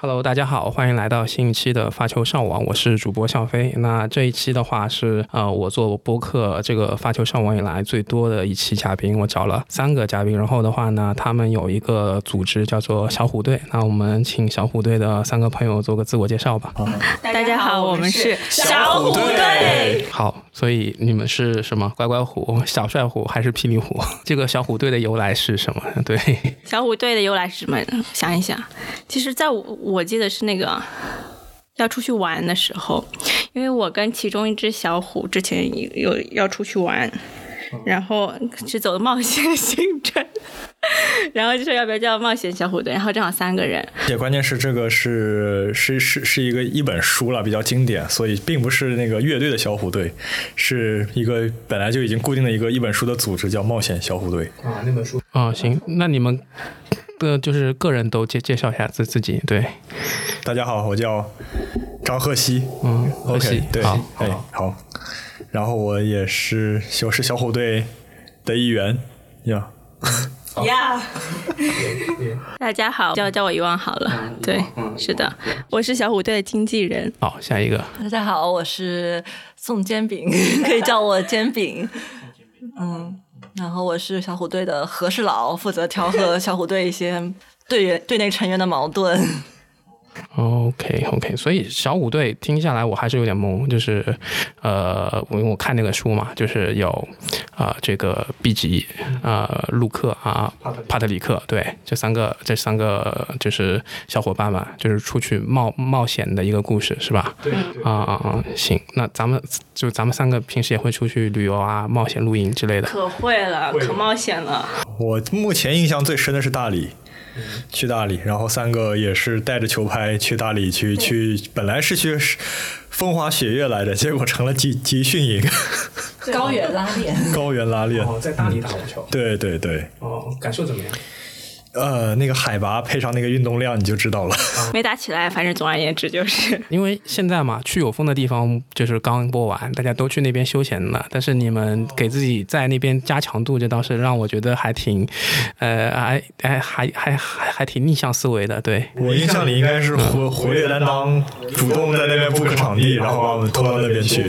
Hello，大家好，欢迎来到新一期的发球上网，我是主播向飞。那这一期的话是呃，我做播客这个发球上网以来最多的一期嘉宾，我找了三个嘉宾。然后的话呢，他们有一个组织叫做小虎队。那我们请小虎队的三个朋友做个自我介绍吧。大家好，我们是小虎队。好，所以你们是什么？乖乖虎、小帅虎还是霹雳虎？ 这个小虎队的由来是什么？ 对，小虎队的由来是什么？想一想，其实在我我记得是那个要出去玩的时候，因为我跟其中一只小虎之前有有要出去玩，然后是走的冒险行程。 然后就说要不要叫冒险小虎队，然后正好三个人。也关键是这个是是是是一个一本书了，比较经典，所以并不是那个乐队的小虎队，是一个本来就已经固定的一个一本书的组织叫冒险小虎队。啊，那本书啊，行，那你们的就是个人都介介绍一下自自己，对，大家好，我叫张鹤西，嗯，贺喜 OK，对，好，哎，好，然后我也是我是小虎队的一员呀。呀，大家好，叫叫我遗忘好了。对，是的，我是小虎队的经纪人。好，下一个，大家好，我是宋煎饼， 可以叫我煎 饼。嗯，然后我是小虎队的和事佬，负责调 和小虎队一些队员队内成员的矛盾。 OK OK，所以小虎队听下来我还是有点懵，就是呃，我因为我看那个书嘛，就是有啊、呃这个 B 级啊、呃陆克啊帕特里克，对，这三个这三个就是小伙伴嘛，就是出去冒冒险的一个故事是吧？对啊啊啊，行，那咱们就咱们三个平时也会出去旅游啊、冒险、露营之类的。可会了，嗯可冒险了。我目前印象最深的是大理，去大理，然后三个也是带着球拍去大理去去，本来是去风花雪月来着， 结果成了集集训营， 高远拉 面，高原拉练。哦在大理打网球，对对对，哦，感受怎么样？呃，那个海拔配上那个运动量，你就知道了。没打起来，反正总而言之就是，因为现在嘛，去有风的地方就是刚播完，大家都去那边休闲了。但是你们给自己在那边加强度，这倒是让我觉得还挺，呃，还还还还还还挺逆向思维的。对，我印象里应该是活活跃担当，主动在那边布个场地，然后把我们拖到那边去。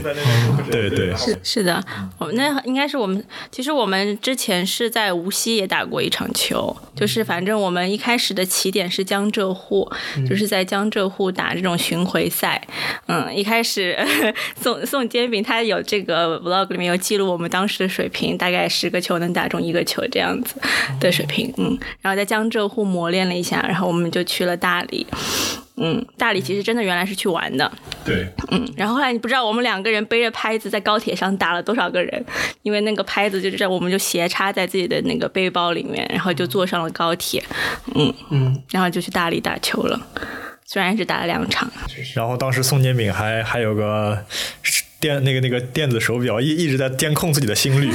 对对，是的，我们那应该是我们，其实我们之前是在无锡也打过一场球，就是反正我们一开始的起点是江浙沪，就是在江浙沪打这种巡回赛。嗯，一开始 宋宋煎饼他有这个 vlog 里面有记录我们当时的水平，大概十个球能打中一个球这样子的水平。嗯，然后在江浙沪磨练了一下，然后我们就去了大理。嗯，大理其实真的原来是去玩的，对，然后后来你不知道我们两个人背着拍子在高铁上打了多少个人，因为那个拍子就这样，我们就斜插在自己的那个背包里面，然后就坐上了高铁，嗯嗯，然后就去大理打球了。虽然只打了两场，然后当时宋建饼还还有个电那个那个电子手表，一一直在监控自己的心率。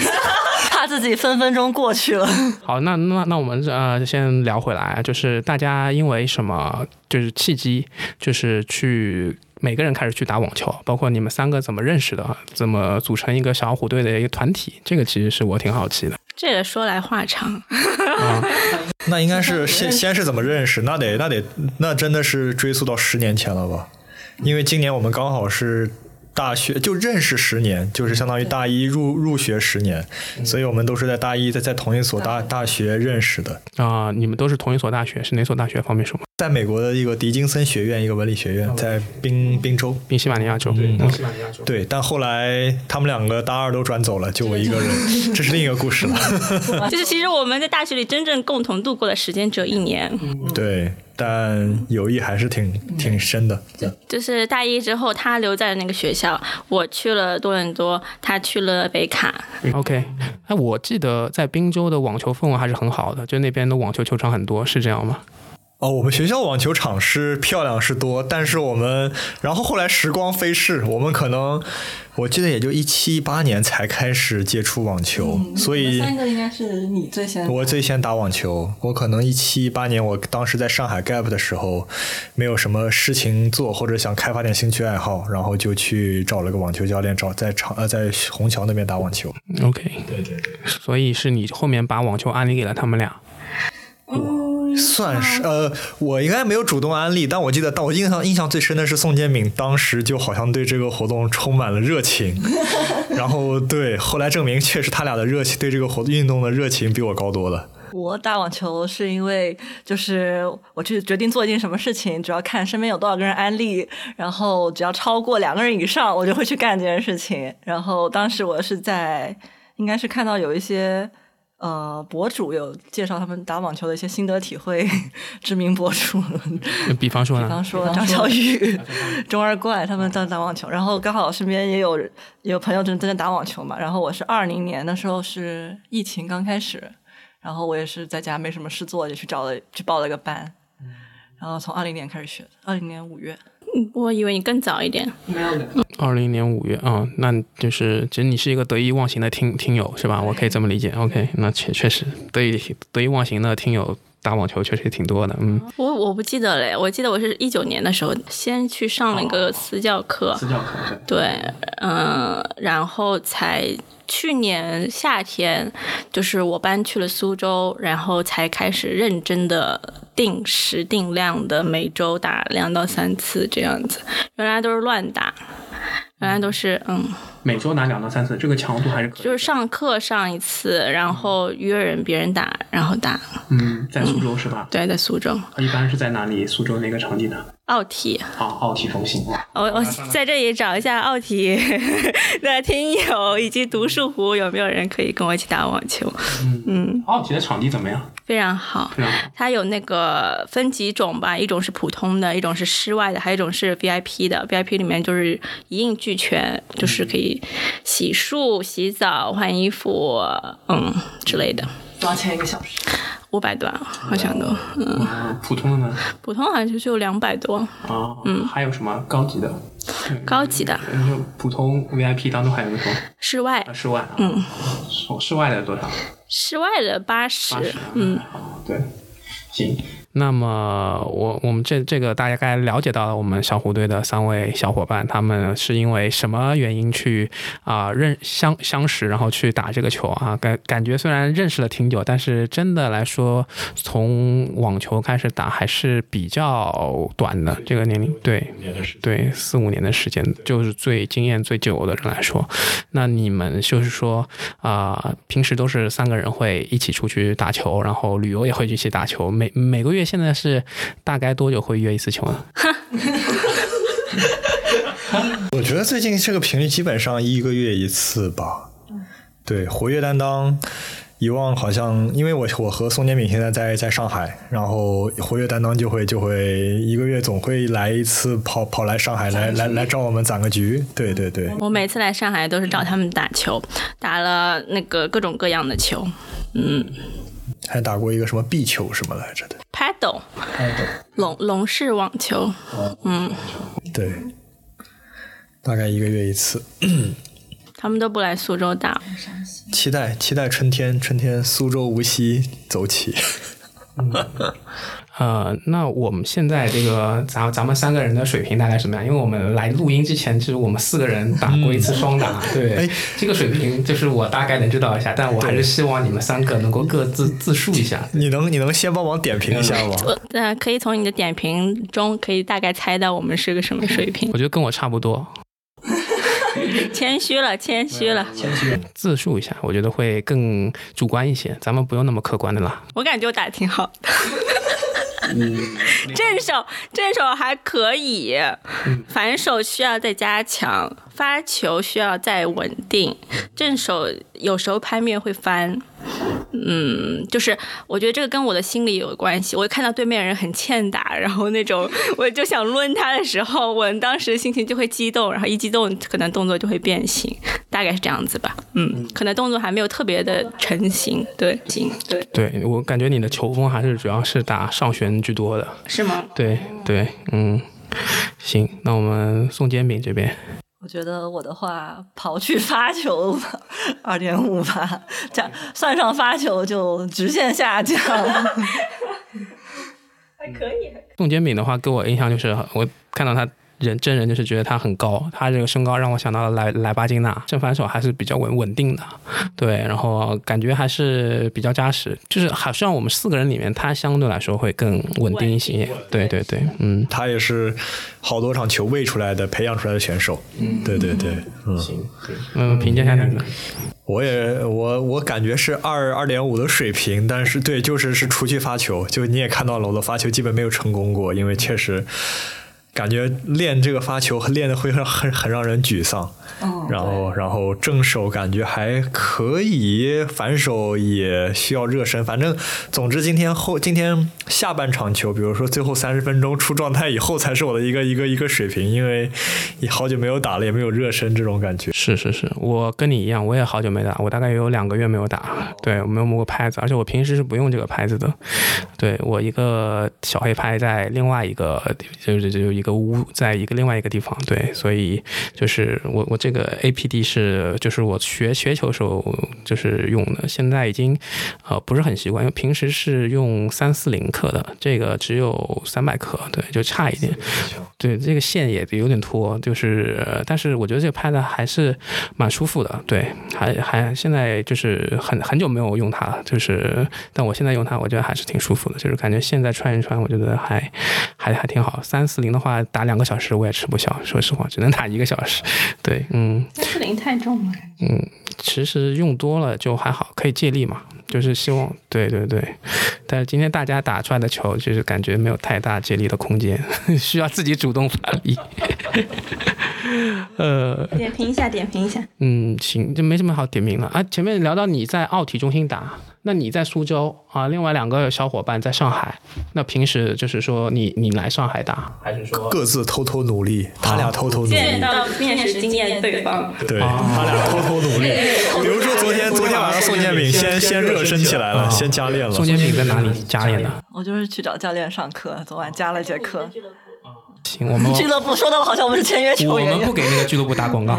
怕自己分分钟过去了。好，那那那我们呃先聊回来，就是大家因为什么就是契机，就是去。每个人开始去打网球，包括你们三个怎么认识的，怎么组成一个小虎队的一个团体，这个其实是我挺好奇的。啊这个说来话 长，那应该是先先是怎么认识？那得那得那真的是追溯到十年前了吧？因为今年我们刚好是大学就认识十年，就是相当于大一入入学十年，所以我们都是在大一在在同一所嗯大大学认识的，啊、你们都是同一所大学，是哪所大学？方便说吗？在美国的一个迪金森学院，一个文理学院，在宾宾州。宾夕法尼亚州。嗯对，宾夕法尼亚州。对，但后来他们两个大二都转走了，就我一个人，这是另一个故 事了。就是其实我们在大学里真正共同度过的时间只有一年，对，但友谊还是挺挺深的。就是大一之后他留在了那个学校，我去了多伦多，他去了北卡， OK，那我记得在滨州的网球氛围还是很好的，就那边的网球球场很多，是这样吗？哦，我们学校网球场是漂亮是多，但是我们，然后后来时光飞逝，我们可能，我记得也就一七一八年才开始接触网球，所以个应该是你最先我最先打网球。我可能一七一八年，我当时在上海 gap 的时候，没有什么事情做，或者想开发点兴趣爱好，然后就去找了个网球教练，找在长呃在虹桥那边打网球。 OK，对对对，所以是你后面把网球安利给了他们俩。嗯，算是呃，我应该没有主动安利，但我记得，但我印象印象最深的是宋建敏当时就好像对这个活动充满了热 情，然后对，后来证明确实他俩的热情对这个活运动的热情比我高多了。我打网球是因为就是我去决定做一件什么事情，主要看身边有多少个人安利，然后只要超过两个人以上，我就会去干这件事情。然后当时我是在应该是看到有一些呃博主有介绍他们打网球的一些心得体会， 知名博主，比方说嗯比方呢，说张小雨、 中二怪他们在打网球，然后刚好身边也有也有朋友正在打网球嘛，然后我是二零年的时候是疫情刚开始，然后我也是在家没什么事做，就去找了去报了个班，然后从二零年开始学的，二零年五月，我以为你更早一点，二零年五月啊、那就是其实你是一个得意忘形的听听友是吧？我可以这么理解。OK，那确确实得意得意忘形的听友打网球确实挺多的，嗯，我我不记得嘞，我记得我是一九年的时候先去上了一个私教课，教课对，嗯，然后才去年夏天，就是我搬去了苏州，然后才开始认真的定时定量的每周打两到三次这样子，原来都是乱打。原来都是嗯，每周打两到三次，这个强度还是可就是上课上一次，然后约人别人打，然后打。嗯，在苏州是吧？对，在苏州一般是在哪里？苏州哪个场地呢？奥体，啊，奥体中心。我我在这里找一下奥体 的听友以及读书湖有没有人可以跟我一起打网球。嗯奥体的场地怎么样？啊非常好，非常好。它有那个分几种吧，一种是普通的，一种是室外的，还有一种是 VIP 的。VIP 里面就是一应俱全，就是可以洗漱、洗澡、换衣服，嗯之类的，多少钱一个小时？五百多，好像都，嗯，嗯，普通的呢？普通好像就就两百多，啊，嗯，还有什么高级的？高级的嗯就普通 VIP 当中还有个什么？室外啊，室外啊，嗯，室外的多少？室外的八十，嗯，对，行。那么我我们这这个大概了解到了我们小虎队的三位小伙伴，他们是因为什么原因去啊、认相相识，然后去打这个球啊？感感觉虽然认识了挺久，但是真的来说，从网球开始打还是比较短的这个年龄，对对，四五年的时间就是最经验最久的人来说。那你们就是说啊、平时都是三个人会一起出去打球，然后旅游也会一起打球。每每个月现在是大概多久会约一次球呢？我觉得最近这个频率基本上一个月一次吧。对，活跃担当，遗忘好像因为我我和宋建敏现在在在上海，然后活跃担当就会就会一个月总会来一次跑跑来上海来来来找我们攒个局。对对对，我每次来上海都是找他们打球，打了那个各种各样的球，嗯还打过一个什么壁球什么来着的。 ，paddle，龙龙式网球，对，大概一个月一次。他们都不来苏州打，期待期待春天，春天苏州无锡走起。呃，那我们现在这个咱咱们三个人的水平大概什么样？因为我们来录音之前，就是我们四个人打过一次双打，对，哎这个水平就是我大概能知道一下，但我还是希望你们三个能够各自自述一下。 你能你能先帮忙点评一下 吗？我呃，可以从你的点评中可以大概猜到我们是个什么水平。我觉得跟我差不多，谦虚了，谦虚了，自述一下，我觉得会更主观一些，咱们不用那么客观的啦。我感觉我打得挺好的。正手正手还可以，反手需要再加强，发球需要再稳定。正手有时候拍面会翻，嗯，就是我觉得这个跟我的心理有关系。我看到对面人很欠打，然后那种我就想抡他的时候，我当时心情就会激动，然后一激动可能动作就会变形，大概是这样子吧。嗯，可能动作还没有特别的成型，对，型对对我感觉你的球风还是主要是打上旋居多的。是吗？对对，嗯，行，那我们宋煎饼这边，我觉得我的话，刨去发球二点五吧，加算上发球就直线下降。还可以，宋煎饼的话，给我印象就是我看到他人真人就是觉得他很高，他这个身高让我想到了莱莱巴金纳，正反手还是比较稳稳定的，对，然后感觉还是比较扎实，就是好像我们四个人里面，他相对来说会更稳定一些，对对对，嗯，他也是好多场球喂出来的、培养出来的选手。嗯，对对对，嗯，嗯，评价一下你们，我也我我感觉是二二点五的水平，但是对，就是是出去发球，就你也看到了，我的发球基本没有成功过，因为确实感觉练这个发球练的会很很很让人沮丧。嗯，然后然后正手感觉还可以，反手也需要热身。反正总之今天后今天下半场球，比如说最后三十分钟出状态以后，才是我的一个一个一个水平，因为也好久没有打了，也没有热身这种感觉。是是是，我跟你一样，我也好久没打，我大概有两个月没有打，对我没有摸过拍子，而且我平时是不用这个拍子的，对我一个小黑拍在另外一个就是就一个屋，在一个另外一个地方，对，所以就是我我这个 APD 是就是我学学球时候就是用的，现在已经呃不是很习惯，因为平时是用三四零克的，这个只有三百克，对，就差一点，对，这个线也有点拖，就是，呃但是我觉得这个拍的还是蛮舒服的，对，还还现在就是很很久没有用它了，就是，但我现在用它，我觉得还是挺舒服的，就是感觉现在穿一穿，我觉得还还还挺好。三四零的话，打两个小时我也吃不消，说实话，只能打一个小时，对，嗯，三四零太重了，其实用多了就还好，可以借力嘛。就是希望，对对对，但是今天大家打出来的球，就是感觉没有太大借力的空间， 需要自己主动发力。呃，点评一下，点评一下。 嗯，行，这没什么好点评了啊。前面聊到你在奥体中心打，那你在苏州啊，另外两个小伙伴在上海，那平时就是说你你来上海打，还是说各自偷偷努力，他俩偷偷努力，见到面试经验对方，对，他俩偷偷努力。比如说昨天昨天晚上宋建炳先先热身起来了，先加练了宋。建平在哪里加练的？ 我就是去找教练上课，昨晚加了节课。行，我们 俱乐部说的好像我们是签约球我员们一样不。给那个俱乐部打广告。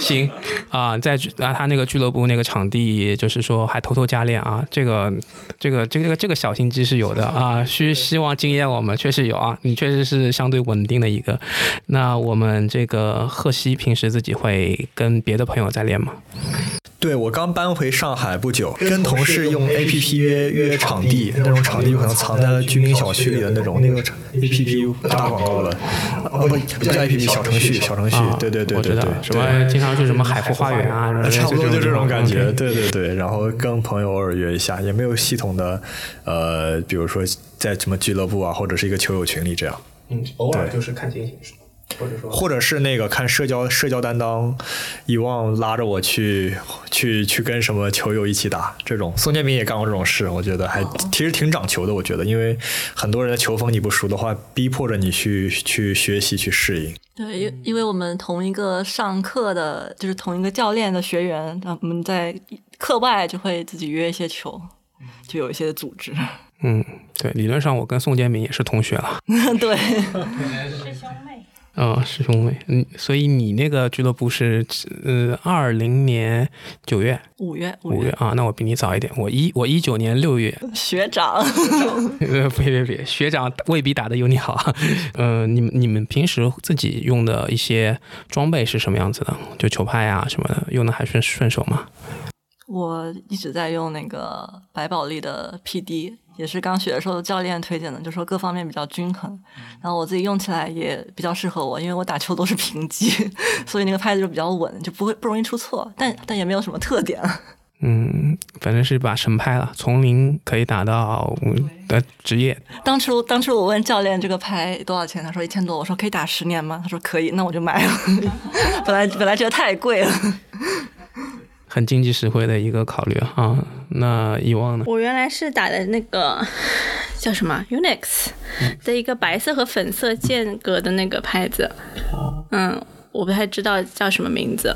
行啊、在俱啊他那个俱乐部那个场地，就是说还偷偷加练啊，这个这个这个这个小心机是有的啊，需希望惊艳我们，确实有啊，你确实是相对稳定的一个。那我们这个贺西平时自己会跟别的朋友在练吗？对我刚搬回上海不久，跟同事用 A P P 约约场地，那种场地可能藏在居民小区里的那种，那个 A P P 不打广告了，啊不不叫 A P P 小程序小程序啊，，对对对我知对道对，，什么经常去什么海富花园啊，呃 差不多就这种感觉， OK 对对对。然后跟朋友偶尔约一下，也没有系统的，呃，比如说在什么俱乐部啊，或者是一个球友群里这样，嗯，偶尔就是看心情，或者说或者是那个看社交社交担当，以往拉着我去去去跟什么球友一起打这种。宋建民也干过这种事，我觉得还其实挺长球的。我觉得，因为很多人的球风你不熟的话，逼迫着你去去学习去适应。对，因因为我们同一个上课的，就是同一个教练的学员，那我们在课外就会自己约一些球，就有一些组织。嗯，对，理论上我跟宋建明也是同学了。 对，嗯，师兄妹，嗯，所以你那个俱乐部是呃二零年九月五月五月啊，那我比你早一点，我一我一九年六 月，学长， 呃，别别别，学长未必打得有你好 啊，呃，你们你们平时自己用的一些装备是什么样子的？就球拍啊什么的，用的还顺顺手吗？我一直在用那个百宝丽的 PD，也是刚学的时候教练推荐的，就说各方面比较均衡。然后我自己用起来也比较适合我，因为我打球都是平击， 所以那个拍子就比较稳，就不会不容易出错，但但也没有什么特点。嗯，反正是把神拍了，从零可以打到的职业，当初当初我问教练这个拍多少钱，他说一千多，我说可以打十年吗？他说可以，那我就买了。 本来本来觉得太贵了，很经济实惠的一个考虑啊。那遗忘呢？我原来是打的那个叫什么啊 Unix 的一个白色和粉色间隔的那个拍子，嗯。我不太知道叫什么名字，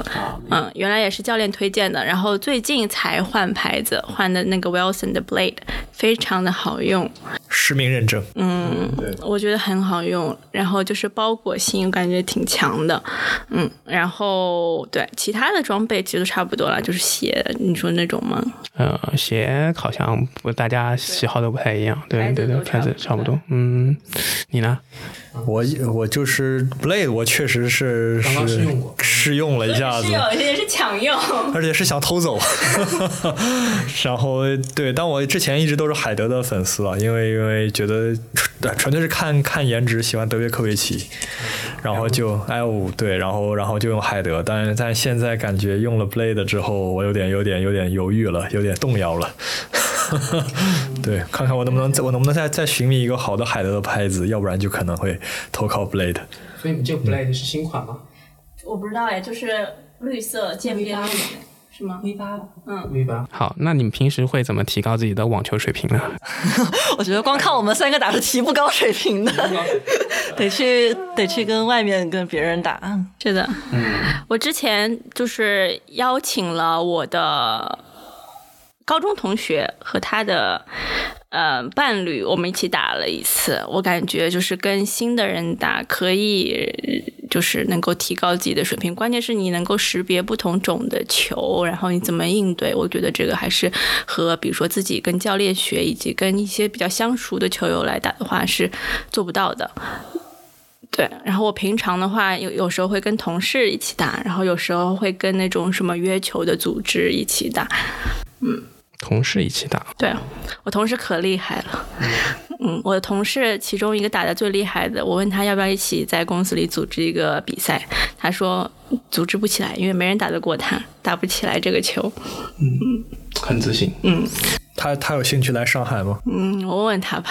嗯，原来也是教练推荐的，然后最近才换牌子，换的那个 Wilson 的 Blade，非常的好用，实名认证，嗯，我觉得很好用，然后就是包裹性，我感觉挺强的，嗯，然后对其他的装备其实都差不多了，就是鞋，你说那种吗？呃，鞋好像不大家喜好都不太一样，对牌子对对，都牌子差差不不多。嗯，你呢？我我就是 Blade，我确实是刚刚是试用过试用了一下子，有些是抢用，而且是想偷走。 然后对，但我之前一直都是海德的粉丝啊，因为因为觉得纯纯粹是看看颜值，喜欢德约科维奇，然后就 L 五对，然后然后就用海德，但但现在感觉用了 Blade 之后，我有点有点有点犹豫了，有点动摇了。 对，看看我能不能再我能不能再再寻觅一个好的海德的拍子，要不然就可能会投靠 Blade。所以你这个 Blade 是新款吗我不知道哎，就是绿色渐变绿，是吗？ V 八， ？V 八。好，那你们平时会怎么提高自己的网球水平呢？我觉得光看我们三个打是提不高水平的，得去得去跟外面跟别人打。是的，我之前就是邀请了我的高中同学和他的呃伴侣，我们一起打了一次。我感觉就是跟新的人打，可以就是能够提高自己的水平。关键是你能够识别不同种的球，然后你怎么应对。我觉得这个还是和比如说自己跟教练学，以及跟一些比较相熟的球友来打的话是做不到的。对，然后我平常的话，有有时候会跟同事一起打，然后有时候会跟那种什么约球的组织一起打。同事一起打，对我同事可厉害了，嗯，我的同事其中一个打的最厉害的，我问他要不要一起在公司里组织一个比赛，他说组织不起来，因为没人打得过他，打不起来这个球。很自信。他他有兴趣来上海吗？嗯，我问问他吧。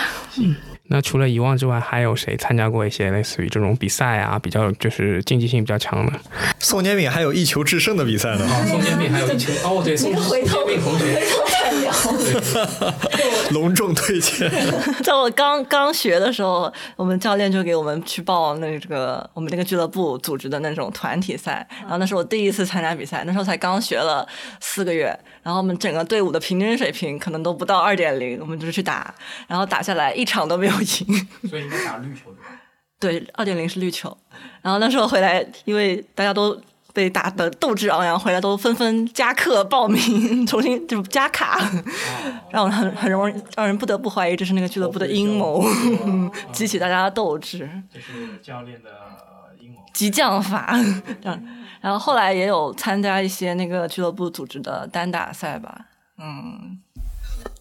那除了遗忘之外，还有谁参加过一些类似于这种比赛啊，比较就是竞技性比较强的？宋建敏还有一球制胜的比赛 呢。宋建斌还有一群哦，对，宋建斌同学，隆重推荐。 在我刚刚学的时候，我们教练就给我们去报那个我们那个俱乐部组织的那种团体赛，然后那是我第一次参加比赛，那时候才刚学了四个月，然后我们整个队伍的平均水平可能都不到二点零，我们就是去打，然后打下来一场都没有赢。 所以应该打绿球。对，二点零是绿球。然后那时候回来，因为大家都被打得斗志昂扬，回来都纷纷加课报名， 重新就是加卡，让我很很容易让人不得不怀疑这是那个俱乐部的阴哦谋， 激起大家的斗志，嗯就是教练的阴谋。激将法。嗯然后后来也有参加一些那个俱乐部组织的单打赛吧，嗯，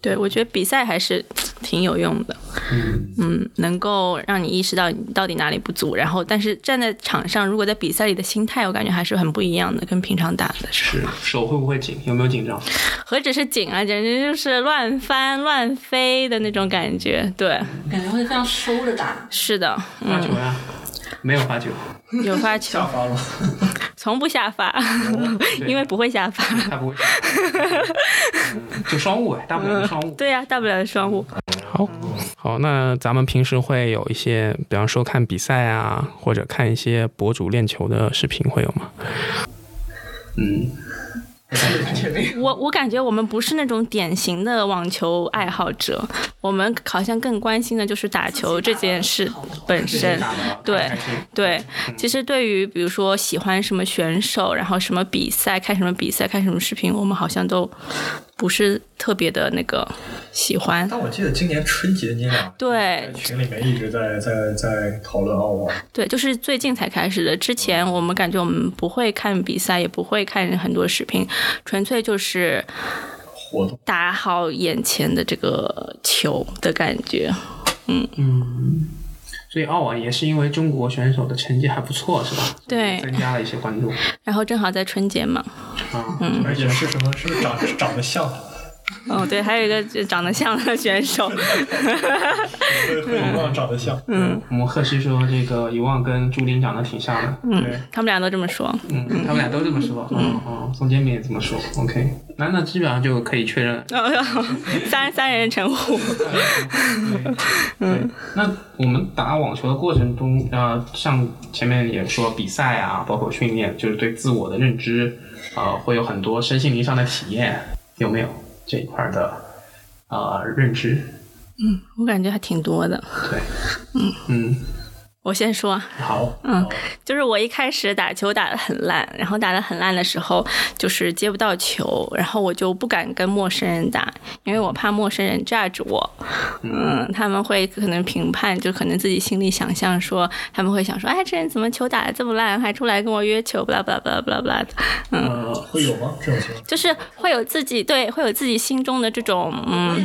对，我觉得比赛还是挺有用的，嗯，能够让你意识到你到底哪里不足，然后但是站在场上，如果在比赛里的心态，我感觉还是很不一样的，跟平常打的时候，是手会不会紧？有没有紧张？何止是紧啊，简直就是乱翻乱飞的那种感觉，对，感觉会非常收着打，是的，发嗯，球呀、没有发球，有 发球，发了， 哦从不下发，因为不会下发， 他不会下发。嗯就双误呗，大不了就双误。对呀、大不了双误，好，好，那咱们平时会有一些，比方说看比赛啊，或者看一些博主练球的视频，会有吗？嗯，我我感觉我们不是那种典型的网球爱好者，我们好像更关心的就是打球这件事本身。对嗯对，其实对于比如说喜欢什么选手，然后什么比赛，看什么比赛，看什么视频，我们好像都不是特别的那个喜欢。但我记得今年春节你俩对群里面一直在在在讨论澳网，对，就是最近才开始的。之前我们感觉我们不会看比赛，也不会看很多视频，纯粹就是活动打好眼前的这个球的感觉。所以澳网也是因为中国选手的成绩还不错，是吧？对增加了一些关注。然后正好在春节嘛，啊，而且是什么？是不是长长得像？哦对，还有一个就长得像的选手， 会会有望长得像？我们贺西说这个遗忘跟朱琳长得挺像的，对，他们俩都这么说。嗯，他们俩都这么说，嗯嗯，宋建明也这么说，OK，那那基本上就可以确认，哦三三人成虎，嗯，那我们打网球的过程中，呃，像前面也说比赛啊，包括训练，就是对自我的认知，呃，会有很多身心灵上的体验，有没有这一块的呃认知？我感觉还挺多的。对，嗯我先说啊，嗯，好，嗯，就是我一开始打球打得很烂，然后打得很烂的时候，就是接不到球，然后我就不敢跟陌生人打，因为我怕陌生人 judge 我，嗯，他们会可能评判，就可能自己心里想象说，他们会想说，哎，这人怎么球打得这么烂，还出来跟我约球，巴拉巴拉巴拉巴拉巴拉的，嗯呃，会有吗？这种情况？就是会有自己对，会有自己心中的这种嗯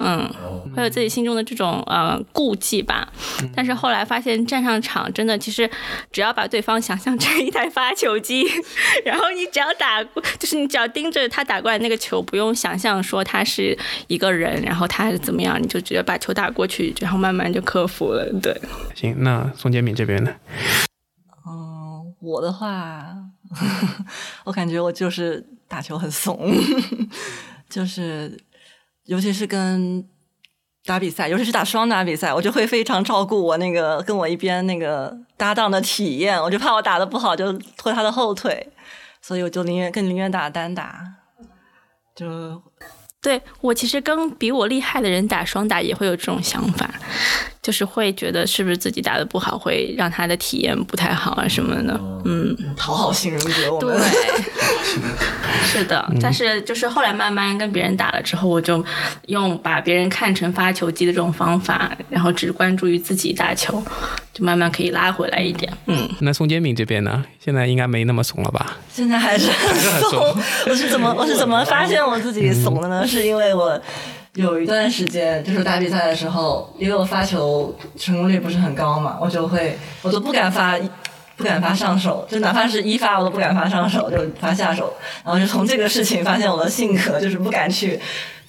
嗯，哦会有自己心中的这种呃顾忌吧。但是后来发现站上场真的，其实只要把对方想象成一台发球机， 然后你只要打，就是你只要盯着他打过来那个球，不用想象说他是一个人，然后他是怎么样，你就直接把球打过去，然后慢慢就克服了。对，行，那宋建敏这边呢？嗯，我的话， 我感觉我就是打球很怂， 就是尤其是跟打比赛，尤其是打双打比赛，我就会非常照顾我那个跟我一边那个搭档的体验，我就怕我打的不好就拖他的后腿，所以我就宁愿更宁愿打单打，就对我其实跟比我厉害的人打双打也会有这种想法，就是会觉得是不是自己打的不好，会让他的体验不太好啊什么的。嗯，讨好型人格。我 对们，是的。但是就是后来慢慢跟别人打了之后，我就用把别人看成发球机的这种方法，然后只关注于自己打球，就慢慢可以拉回来一点。嗯，那宋建敏这边呢？现在应该没那么怂了吧？现在还是很很怂怂。我是怎么我是怎么发现我自己怂的呢？是因为我有一段时间就是打比赛的时候，因为我发球成功率不是很高嘛，我就会我都不敢发。不敢发上手，就哪怕是一发我都不敢发上手，就发下手。然后就从这个事情发现我的性格就是不敢去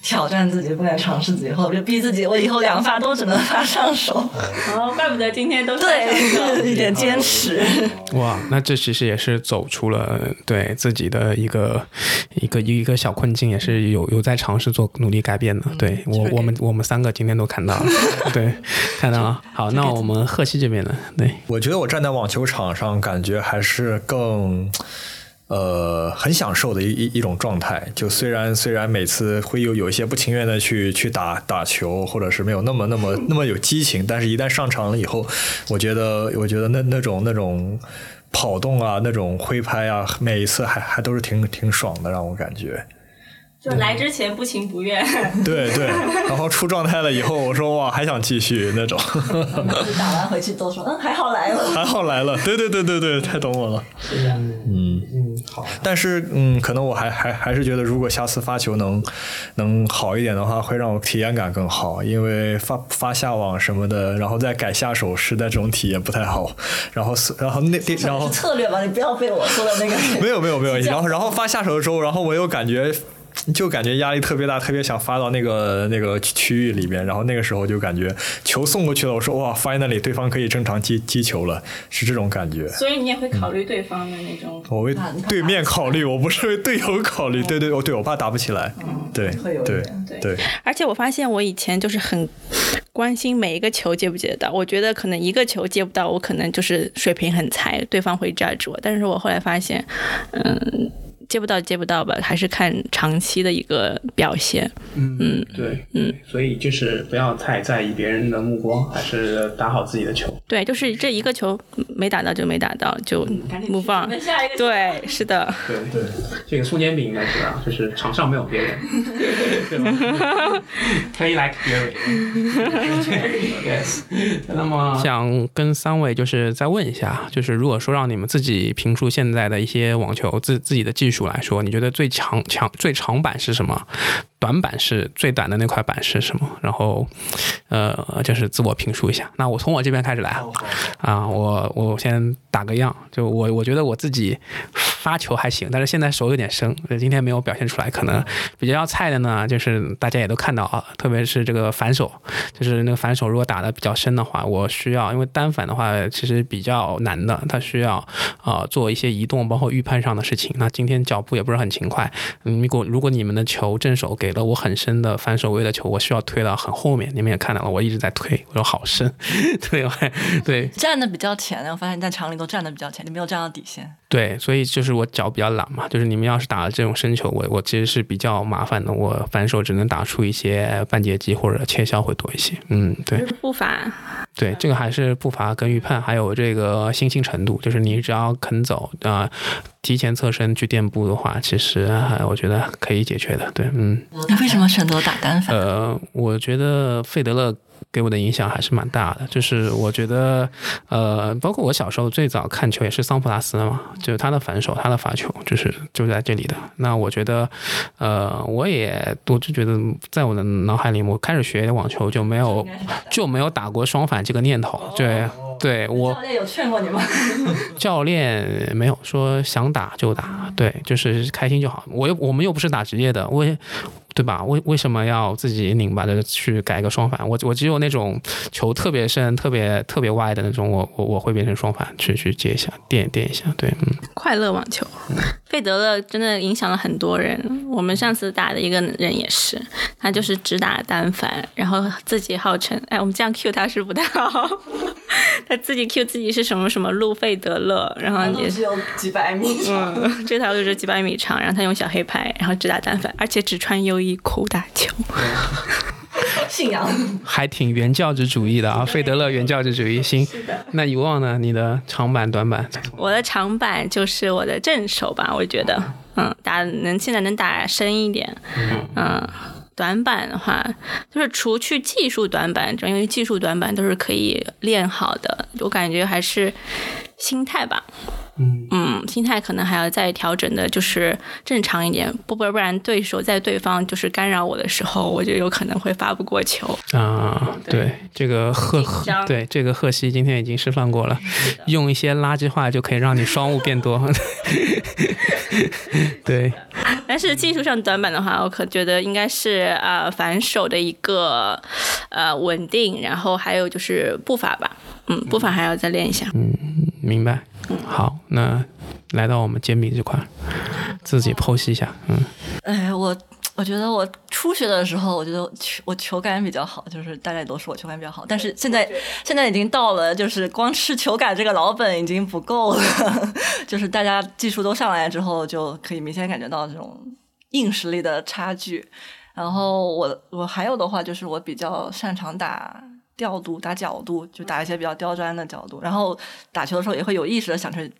挑战自己，不敢尝试自己，后我就逼自己，我以后两发都只能发上手。哦，怪不得今天都 对，一点坚持。哇，那这其实也是走出了对自己的一个一个一个小困境，也是有有在尝试做努力改变的。对我我们我们三个今天都看 到了，对，看到了。好，那我们贺西这边呢？对，我觉得我站在网球场上，感觉还是更。呃，很享受的一一一种状态，就虽然虽然每次会有有一些不情愿的去去打打球，或者是没有那么那么那么有激情，但是一旦上场了以后，我觉得我觉得那那种那种跑动啊，那种挥拍啊，每一次还还都是挺挺爽的，让我感觉。就来之前不情不愿，对对，然后出状态了以后，我说哇，还想继续那种， 就打完回去都说，嗯，还好来了。还好来了，对对对对对，太懂我了。嗯嗯，好，但是嗯，可能我还还还是觉得，如果下次发球能能好一点的话，会让我体验感更好，因为发发下网什么的，然后再改下手时的这种体验不太好。然后是然后那那然后是策略吧，你不要被我说的那个。 没有没有没有，然后然后发下手的时候，然后我又感觉。就感觉压力特别大，特别想发到那个那个区域里面，然后那个时候就感觉球送过去了，我说哇，finally 对方可以正常击击球了，是这种感觉。所以你也会考虑对方的那种。我为啊你怕对面考虑，我不是为队友考虑。对对，我对我怕打不起来。嗯对会有一对点对对，而且我发现我以前就是很关心每一个球接不接得到，我觉得可能一个球接不到，我可能就是水平很菜，对方会 judge 我。但是我后来发现，嗯，接不到接不到吧，还是看长期的一个表现。嗯，对，嗯，所以就是不要太在意别人的目光，还是打好自己的球。对，就是这一个球没打到就没打到，就嗯 move on。下一个对，是的，对对，这个松煎饼应该知道，就是场上没有别人，对吧？可以来结尾。yes。那么想跟三位就是再问一下，就是如果说让你们自己评述现在的一些网球自自己的技术来说，你觉得最强强最长板是什么？短板是最短的那块板是什么？然后，呃，就是自我评述一下。那我从我这边开始来啊。啊，我我先打个样，就我我觉得我自己发球还行，但是现在手有点生，今天没有表现出来。可能比较菜的呢，就是大家也都看到啊，特别是这个反手，就是那个反手如果打的比较深的话，我需要因为单反的话其实比较难的，它需要啊、呃做一些移动包括预判上的事情。那今天脚步也不是很勤快，嗯如果如果你们的球正手给了我很深的反手位 的球，我需要推到很后面，你们也看到了，我一直在推，我说好深，对，我还对，这 站的比较前，然后发现你在场里都站的比较前，你没有站到底线。对，所以就是我脚比较懒嘛，就是你们要是打了这种深球，我我其实是比较麻烦的，我反手只能打出一些半截击或者切削会多一些。嗯，对就是步伐，对，这个还是步伐跟预判，还有这个心性程度，就是你只要肯走啊、提前侧身去垫步的话，其实、还我觉得可以解决的。对，嗯，你为什么选择打单反？呃，我觉得费德勒给我的影响还是蛮大的。就是我觉得，呃，包括我小时候最早看球也是桑普拉斯嘛，就是他的反手，他的罚球，就是就在这里的。那我觉得，呃，我也我就觉得，在我的脑海里，我开始学网球就没有就没有打过双反这个念头。对，对我教练有劝过你吗？ 教练没有说想打就打，对，就是开心就好。我又我们又不是打职业的，我也对吧？为为什么要自己拧巴着去改个双反？我我只有那种球特别深、特别特别歪的那种，我我我会变成双反去去接一下、垫垫一下。对，嗯，快乐网球，费德勒真的影响了很多人。我们上次打的一个人也是，他就是只打单反，然后自己号称，哎，我们这样 Q 他是不太好， 他自己 Q 自己是什么什么路费德勒，然后也是。有几百米。嗯， 这条路是几百米长，然后他用小黑拍，然后只打单反，而且只穿优衣库打球。信仰。还挺原教旨主义的啊，费德勒原教旨主义。行，那遗忘呢？你的长板、短板？我的长板就是我的正手吧，我觉得，嗯，打能现在能打深一点，嗯。短板的话，就是除去技术短板，因为技术短板都是可以练好的，我感觉还是心态吧。嗯嗯，心态可能还要再调整的，就是正常一点，不不不然对手在对方就是干扰我的时候，我就有可能会发不过球。啊，对，这个贺紧张对这个贺西今天已经示范过了，用一些垃圾话就可以让你双误变多。对，但是技术上短板的话，我可觉得应该是呃反手的一个呃稳定，然后还有就是步伐吧，嗯，步伐还要再练一下。嗯明白。好，那来到我们煎饼这块，自己剖析一下。嗯，哎，我我觉得我初学的时候，我觉得我球我球感比较好，就是大家也都说我球感比较好，但是现在现在已经到了，就是光吃球感这个老本已经不够了， 就是大家技术都上来之后，就可以明显感觉到这种硬实力的差距。然后我我还有的话就是我比较擅长打调度、打角度，就打一些比较刁钻的角度。然后打球的时候也会有意识的想去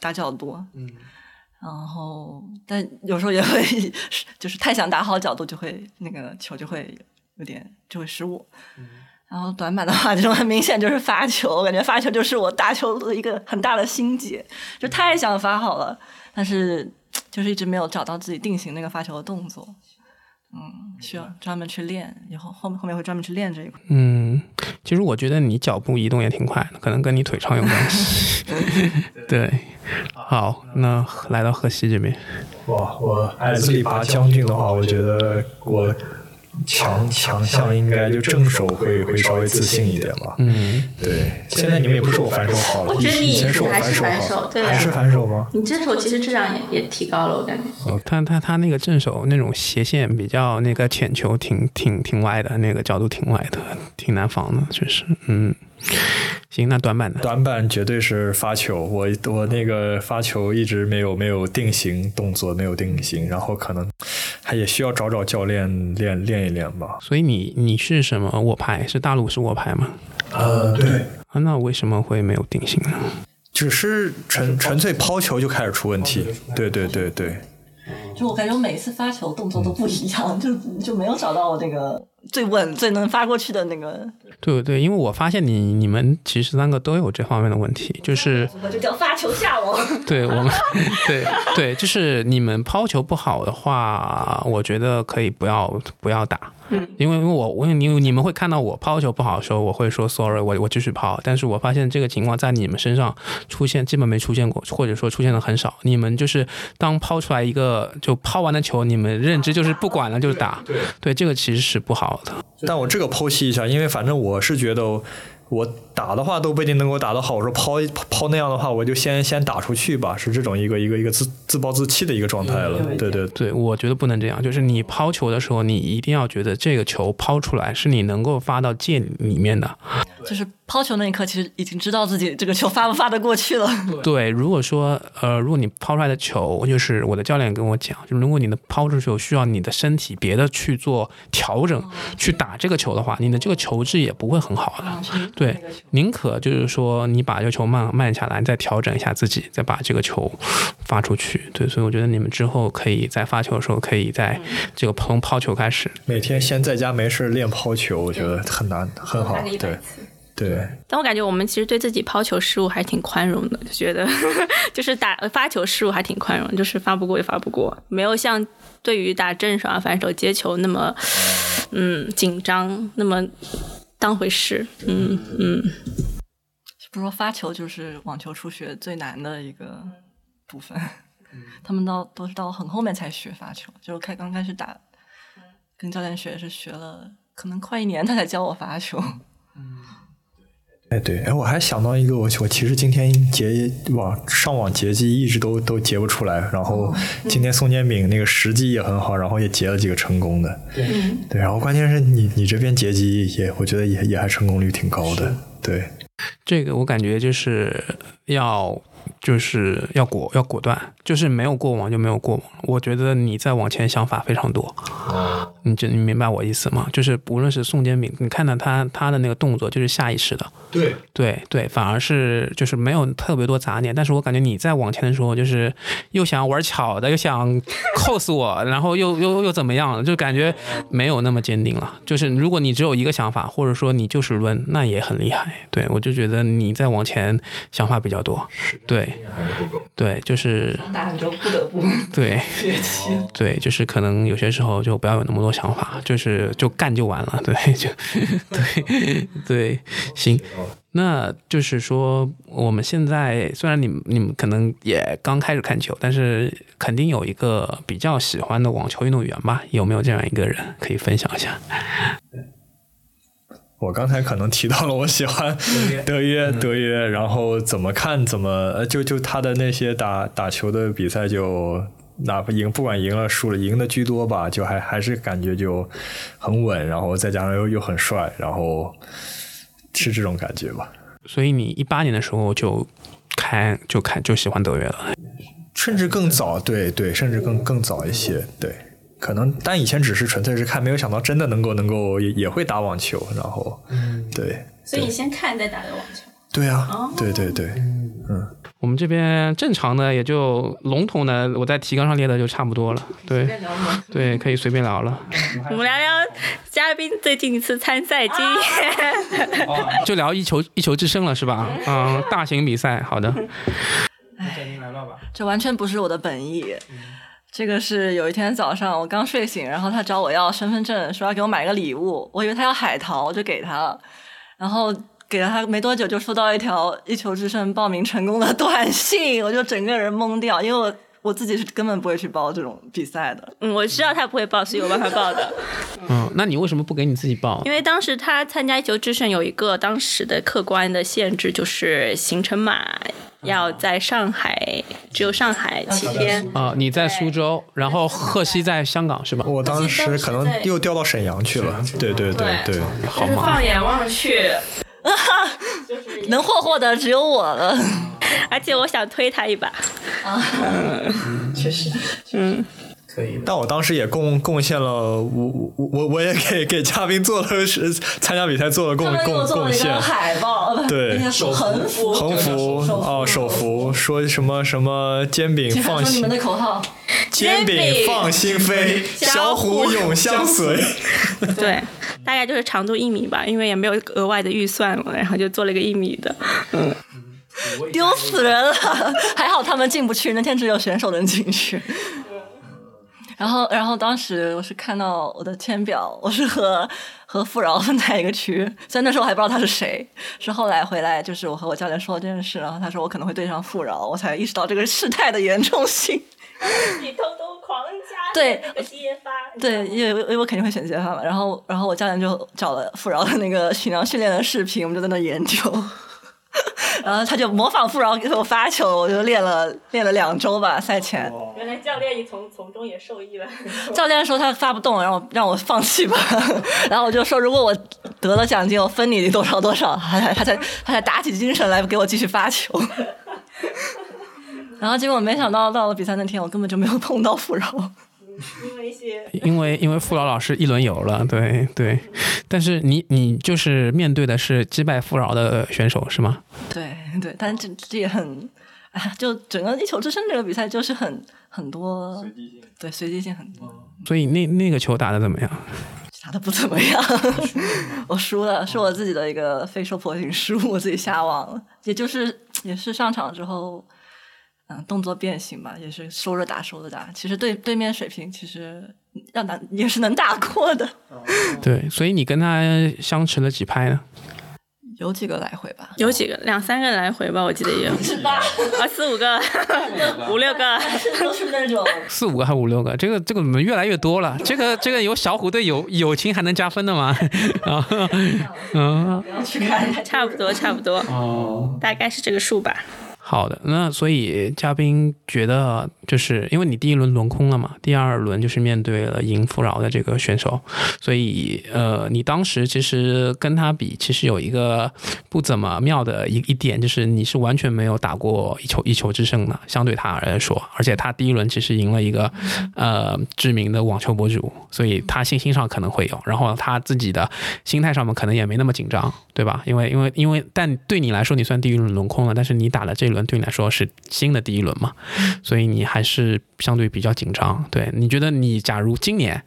打角度，嗯。然后，但有时候也会就是太想打好角度，就会那个球就会有点就会失误。然后短板的话，这种很明显就是发球，我感觉发球就是我打球的一个很大的心结，就太想发好了，但是就是一直没有找到自己定型那个发球的动作。嗯，需要专门去练，以后后面后面会专门去练这一块。嗯，其实我觉得你脚步移动也挺快的，可能跟你腿长有关系。对，好，那来到河西这边，哇，我艾兹里拔将军的话，我觉得我强强项应该就正手会会稍微自信一点吧。嗯，对，现在你们也不说我反手好了，我以觉得你以前说我还反是手反手好，对还是反手吗？你这手其实质量也也提高了，我感觉。哦他他他那个正手那种斜线比较那个浅球挺挺挺歪的，那个角度挺歪的，挺难防的，确实。嗯，行，那短板的，短板绝对是发球，我我那个发球一直没有没有定型动作，没有定型，然后可能还也需要找找教练练练一练吧。所以你你是什么握拍？是大陆是握拍吗？呃，对，啊，那为什么会没有定型呢？只是纯纯粹抛球就开始出问题，对对对对。就我感觉我每一次发球动作都不一样，就就没有找到我那个最稳、最能发过去的那个，对对，因为我发现你你们其实三个都有这方面的问题，就是我就叫发球下网。对我们， 对对，就是你们抛球不好的话，我觉得可以不要不要打，因为因为我我你你们会看到我抛球不好的时候，我会说 sorry，我我继续抛，但是我发现这个情况在你们身上出现基本没出现过，或者说出现的很少。你们就是当抛出来一个就抛完的球，你们认知就是不管了就是打，对这个其实是不好的，但我这个剖析一下，因为反正我是觉得我打的话都不一定能给我打得好。我说抛抛那样的话，我就先先打出去吧，是这种一个一个一个自自暴自弃的一个状态了。对对对，我觉得不能这样，就是你抛球的时候，你一定要觉得这个球抛出来是你能够发到界里面的。就是抛球那一刻，其实已经知道自己这个球发不发得过去了。 对，如果说呃，如果你抛出来的球，就是我的教练跟我讲，就如果你的抛出球需要你的身体别的去做调整，去打这个球的话，你的这个球质也不会很好的。对，宁可就是说你把这个球慢慢下来，再调整一下自己，再把这个球发出去。对，所以我觉得你们之后可以在发球的时候，可以在这个从抛球开始。每天先在家没事练抛球，我觉得很难很好。对。对，但我感觉我们其实对自己抛球失误还挺宽容的，就觉得就是 打呃发球失误还挺宽容，就是发不过就发不过，没有像对于打正手啊、反手接球那么嗯紧张，那么当回事。嗯嗯，不是说发球就是网球初学最难的一个部分， 他们到都是到很后面才学发球，就是开刚开始打，跟教练学是学了可能快一年，他才教我发球。哎对，哎我还想到一个，我我其实今天截网上网截击一直都都截不出来，然后今天宋建敏那个时机也很好，然后也截了几个成功的，对，然后关键是你你这边截击也我觉得也也还成功率挺高的，对，这个我感觉就是要。就是要果要果断，就是没有过往就没有过往。我觉得你在往前想法非常多，你这你明白我意思吗？就是无论是宋建敏，你看到他他的那个动作，就是下意识的，对对对，反而是就是没有特别多杂念。但是我感觉你在往前的时候，就是又想玩巧的，又想 cos 我，然后又又又怎么样，就感觉没有那么坚定了。就是如果你只有一个想法，或者说你就是抡，那也很厉害。对我就觉得你在往前想法比较多，对。对，就是打很多不得不 对学习。对，就是可能有些时候就不要有那么多想法，就是就干就完了。对，就对对，行。那就是说，我们现在虽然你们你们可能也刚开始看球，但是肯定有一个比较喜欢的网球运动员吧？有没有这样一个人可以分享一下？我刚才可能提到了，我喜欢德约，嗯德约，然后怎么看怎么，呃就就他的那些打打球的比赛就，哪怕赢，不管赢了输了，赢的居多吧，就还还是感觉就很稳，然后再加上又又很帅，然后是这种感觉吧。所以你一八年的时候就看就看就喜欢德约了，甚至更早，对对，甚至更更早一些，对，可能但以前只是纯粹是看，没有想到真的能够能够也也会打网球，然后，对所以你先看再打的网球。对啊，对对对，嗯，我们这边正常的也就笼统的，我在提纲上列的就差不多了。对，对，可以随便聊了，我们聊聊嘉宾最近一次参赛经验。就聊一球一球制胜了是吧？嗯，大型比赛，好的，这完全不是我的本意。这个是有一天早上我刚睡醒，然后他找我要身份证，说要给我买个礼物，我以为他要海淘，我就给他了。然后给了他没多久，就收到一条一球制胜报名成功的短信，我就整个人懵掉，因为我我自己是根本不会去报这种比赛的。嗯，我知道他不会报，所以我帮他报的。嗯，那你为什么不给你自己报因？为当时他参加一球之胜有一个当时的客观的限制，就是行程码要在上海，只有上海七天。啊、你嗯在苏州，然后贺西在香港是吧？我当时可能又调到沈阳去了，对对对对对。好就是嘛，放眼望去，能霍霍的只有我了。 而且我想推他 一把。但我当时也贡贡献了，我我我我也给给嘉宾做了是参加比赛做了贡 贡贡献，海报，对横幅横幅哦手幅，说什么什么煎饼放心，口号，煎饼放心飞，小虎永相随。对，大概就是长度一米吧，因为也没有额外的预算了，然后就做了一个一米 的。丢死人了！ 还好他们进不去，那天只有选手能进去。然后，然后当时我是看到我的签表，我是和和富饶分在一个区，虽然那时候我还不知道他是谁，是后来回来就是我和我教练说了这件事，然后他说我可能会对上富饶，我才意识到这个事态的严重性。你偷偷狂加对揭发，对，因为因为我肯定会选揭发嘛。然后然后我教练就找了富饶的那个巡洋训练的视频，我们就在那研究。 然后他就模仿富饶给我发球，我就练了练了两周吧，赛前。原来教练也从从中也受益了。 教练说他发不动，让我让我放弃吧。 然后我就说，如果我得了奖金，我分你多少多少。他才他才他才打起精神来给我继续发球。 然后结果没想到到了比赛那天，我根本就没有碰到富饶。因为一些因为因为傅饶老师一轮游了，对对，但是你你就是面对的是击败傅饶的选手是吗？对对，但这这也很，哎，就整个一球之声这个比赛就是很很多随机性，嗯对随机性很多，所以那那个球打的怎么样？打的不怎么样。我输嗯了，是我自己的一个非受迫性失误，我自己瞎网了，也就是也是上场之后，嗯，动作变形吧，也是收着打收着打。其实对对面水平其实要打也是能打过的，对，所以你跟他相持了几拍呢？有几个来回吧。有几个两三个来回吧，我记得也有是吧？啊，四五个、 五六个，是都是那 种四五个还是五六个？这个这个怎么越来越多了？这个这个有小虎队友友情还能加分的吗？啊，嗯，不要去看他差不多差不多，哦。大概是这个数吧。好的，那所以嘉宾觉得，就是因为你第一轮轮空了嘛，第二轮就是面对了赢富饶的这个选手，所以呃，你当时其实跟他比，其实有一个不怎么妙的一一点，就是你是完全没有打过一球一球制胜的，相对他来说，而且他第一轮其实赢了一个呃知名的网球博主，所以他信心上可能会有，然后他自己的心态上面可能也没那么紧张，对吧？因为因为因为，但对你来说，你算第一轮轮空了，但是你打了这一轮，对你来说是新的第一轮嘛，所以你还是相对比较紧张。对，你觉得你假如今年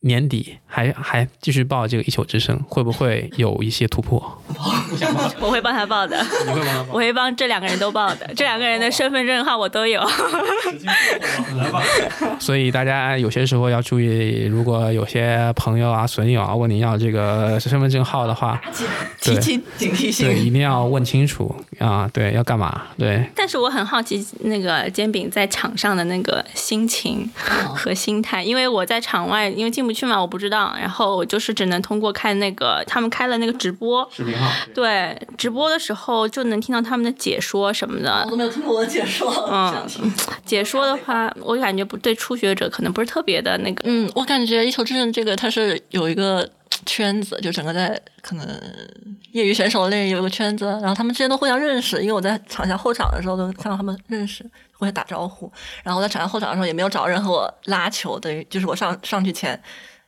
年底还还继续报这个一球之声，会不会有一些突破？ 我会帮他报的，你会帮他 我会帮这两个人都报的，这两个人的身份证号我都有。 所以大家有些时候要注意，如果有些朋友啊、损友啊问你要这个身份证号的话，提起警惕对，性。一定要问清楚啊，对，要干嘛？对，但是我很好奇那个煎饼在场上的那个心情和心态，因为我在场外，因为进不去嘛，我不知道，然后我就是只能通过看那个他们开了那个直播，视频号。对，直播的时候就能听到他们的解说什么我的。都没有听过我解说，想听。解说的话，我感觉不对初学者可能不是特别的那个，嗯，我感觉一球之胜这个它是有一个圈子，就整个在可能业余选手类有一个圈子，然后他们之间都互相认识，因为我在场下后场的时候都看到他们认识，互相打招呼。然后我在场下后场的时候也没有找任何我拉球，等于就是我上上去前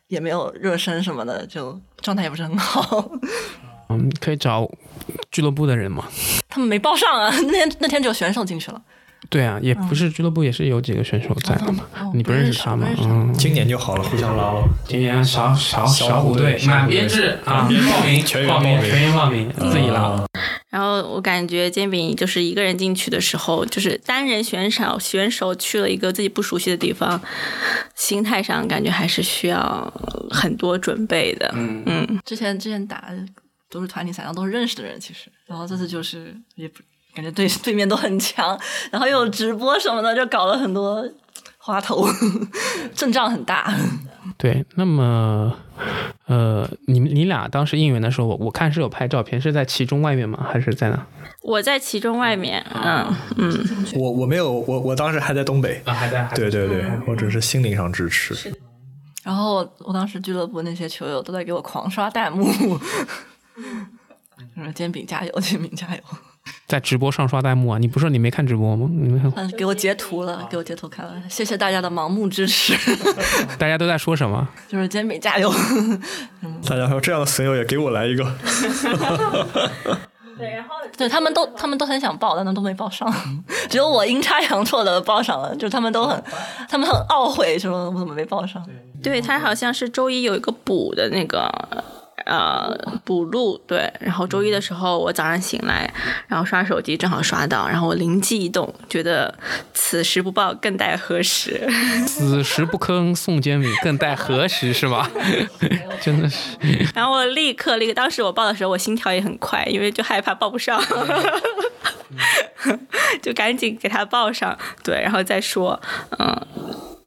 也没有热身什么的，就状态也不是很好。 嗯，可以找俱乐部的人嘛？他们没报上啊，那天那天只有选手进去了，对啊，也不嗯是俱乐部，也是有几个选手在的嘛。哦你不认识他吗？嗯，今年就好了，互相拉了。今年小小小虎队满编制啊，报名全员报报名嗯名全员报名，自己拉。啊然后我感觉煎饼就是一个人进去的时候，就是单人选手选手去了一个自己不熟悉的地方，心态上感觉还是需要很多准备的。嗯，之前之前打都是团体赛，然后都是认识的人，其实，然后这次就是也不感觉对对面都很强，然后又有直播什么的，就搞了很多花头， 阵仗很大。 对，那么呃，你们你俩当时应援的时候，我我看是有拍照片，是在其中外面吗？还是在哪？我在其中外面，嗯嗯，我我没有，我我当时还在嗯东北。啊，还在。对对对，我只是心灵上支持。然后我我当时俱乐部那些球友都在给我狂刷弹幕， 说煎饼加油，煎饼加油，在直播上刷弹幕啊！你不是说你没看直播吗？你没看，嗯，给我截图了，给我截图看了，谢谢大家的盲目支持， 大家都在说什么？就是煎饼加油。大家说这样的损友也给我来一个，对，然后对他们都，他们都很想报，但他们都没报上，只有我阴差阳错的报上了，就他们都很，他们很懊悔，说我怎么没报上。对他好像是周一有一个补的那个。呃，补录对，然后周一的时候我早上醒来，然后刷手机正好刷到，然后我灵机一动，觉得此时不报更待何时。此时不吭宋煎饼，更待何时是吧？ 真的是，然后我立刻立刻，当时我报的时候，我心跳也很快，因为就害怕报不上， 就赶紧给他报上，对，然后再说，嗯，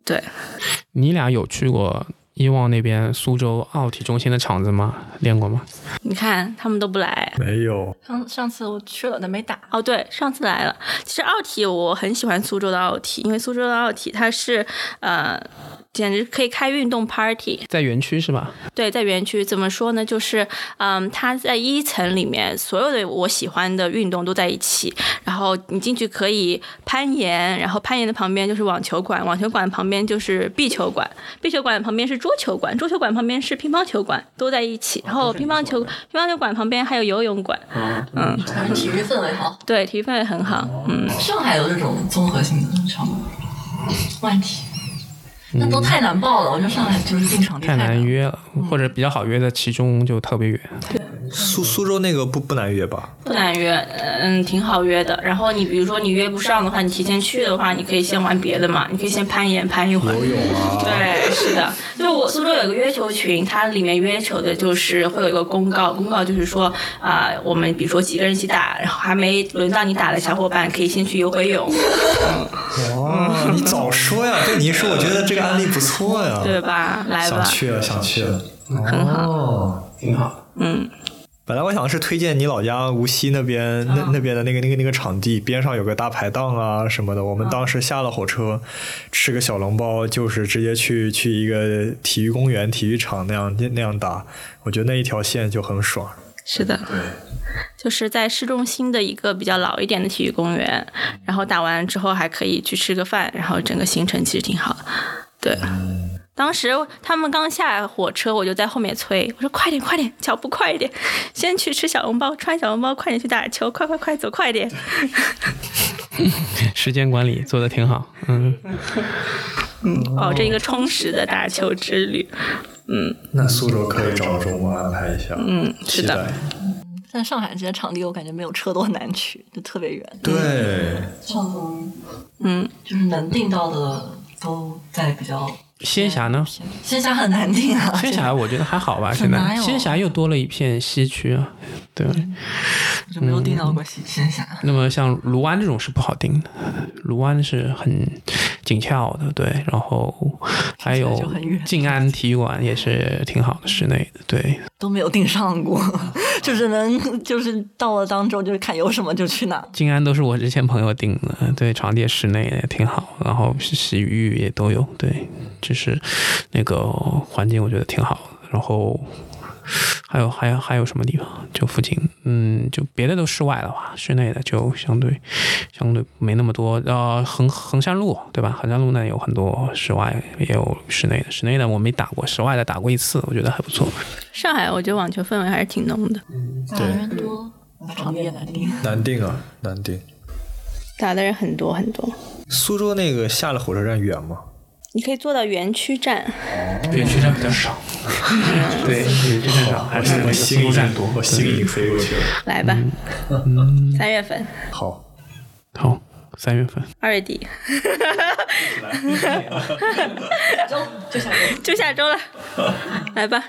对，你俩有去过伊旺那边苏州奥体中心的场子吗？练过吗？你看他们都不来。没有，上上次我去了，但没打。哦，对，上次来了。其实奥体我很喜欢苏州的奥体，因为苏州的奥体它是呃，简直可以开运动 party。在园区是吧？对，在园区怎么说呢？就是，嗯，它在一层里面，所有的我喜欢的运动都在一起。然后你进去可以攀岩，然后攀岩的旁边就是网球馆，网球馆旁边就是壁球馆，壁球馆旁边是桌球馆，桌球馆旁边是乒乓球馆，都在一起。然后乒乓球乒乓球馆旁边还有游泳馆，嗯，还是体育氛围好。对，体育氛围很好，嗯。上海有这种综合性的场馆，万体，那都太难报了。我觉得上海就是定场地太难难约了，或者比较好约的其中就特别远。苏苏州那个不不难约吧？不难约，嗯，挺好约的。然后你比如说你约不上的话，你提前去的话，你可以先玩别的嘛，你可以先攀岩攀一会儿。游泳啊。对，是的，就是我苏州有一个约球群，它里面约球的就是会有一个公告，公告就是说啊、我们比如说几个人一起打，然后还没轮到你打的小伙伴，可以先去游回泳，哦，你早说 呀！对你一说，我觉得这个案例不错呀。对吧？来想吧，去了，想去了。哦，挺好。嗯，本来我想是推荐你老家无锡那边啊那那边的那个那个那个场地边上有个大排档啊什么的，我们当时下了火车，吃个小笼包，就是直接去去一个体育公园、体育场那样那那样打，我觉得那一条线就很爽。是的。就是在市中心的一个比较老一点的体育公园，然后打完之后还可以去吃个饭，然后整个行程其实挺好的。对，当时他们刚下火车，我就在后面催，我说快点快点，脚步快一点， 先去吃小笼包，穿小笼包，快点去打球，快快快，走快点。时间管理做的挺好。嗯，哦，这一个充实的打球之旅，那苏州可以找周末安排一下，嗯，是的。但上海这些场地，我感觉没有车多难去，就特别远。对，上东嗯，就是能定到的都在比较，仙侠呢？仙侠很难定啊。仙侠我觉得还好吧，现哪在有仙侠又多了一片西区啊。对，我就没有定到过仙仙侠。那么像卢湾这种是不好定的，卢湾是很紧俏的，对，然后还有听起来就很远静安体育馆也是挺好的，室内的，对，都没有订上过，就只能就是到了当周就是看有什么就去哪。静安都是我之前朋友订的，对，场地也室内的也挺好，然后洗浴也都有，对，就是那个环境我觉得挺好，然后。还有还有还有什么地方？就附近，嗯，就别的都室外了吧，室内的就相对相对没那么多。呃，衡衡山路对吧？衡山路那有很多室外，也有室内的。室内的我没打过，室外的打过一次，我觉得还不错。上海我觉得网球氛围还是挺浓的，打嗯人多，场地也难定，难定啊，难定。打的人很多很多。苏州那个下了火车站远吗？你可以坐到园区站，园区站比较少， 对，园区站少，还是 我心已经多我心已经飞过去了。来吧，三月份，好，好，三月份。二月底， 就想就下周了，来吧。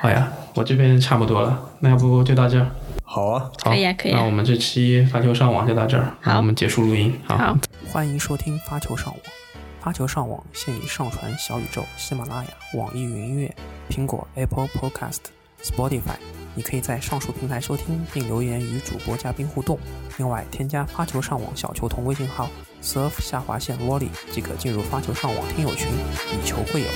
好呀，我这边差不多了，那要不就到这儿。好啊，好，可以啊可以啊那我们这期发球上网就到这儿，那好我们结束录音。好好欢迎收听发球上网。发球上网现已上传小宇宙、喜马拉雅、网易云音乐、苹果 Apple Podcast、Spotify。你可以在上述平台收听并留言与主播嘉宾互动。另外，添加发球上网小球童微信号 surf 下划线 volley 即可进入发球上网听友群，以球会友。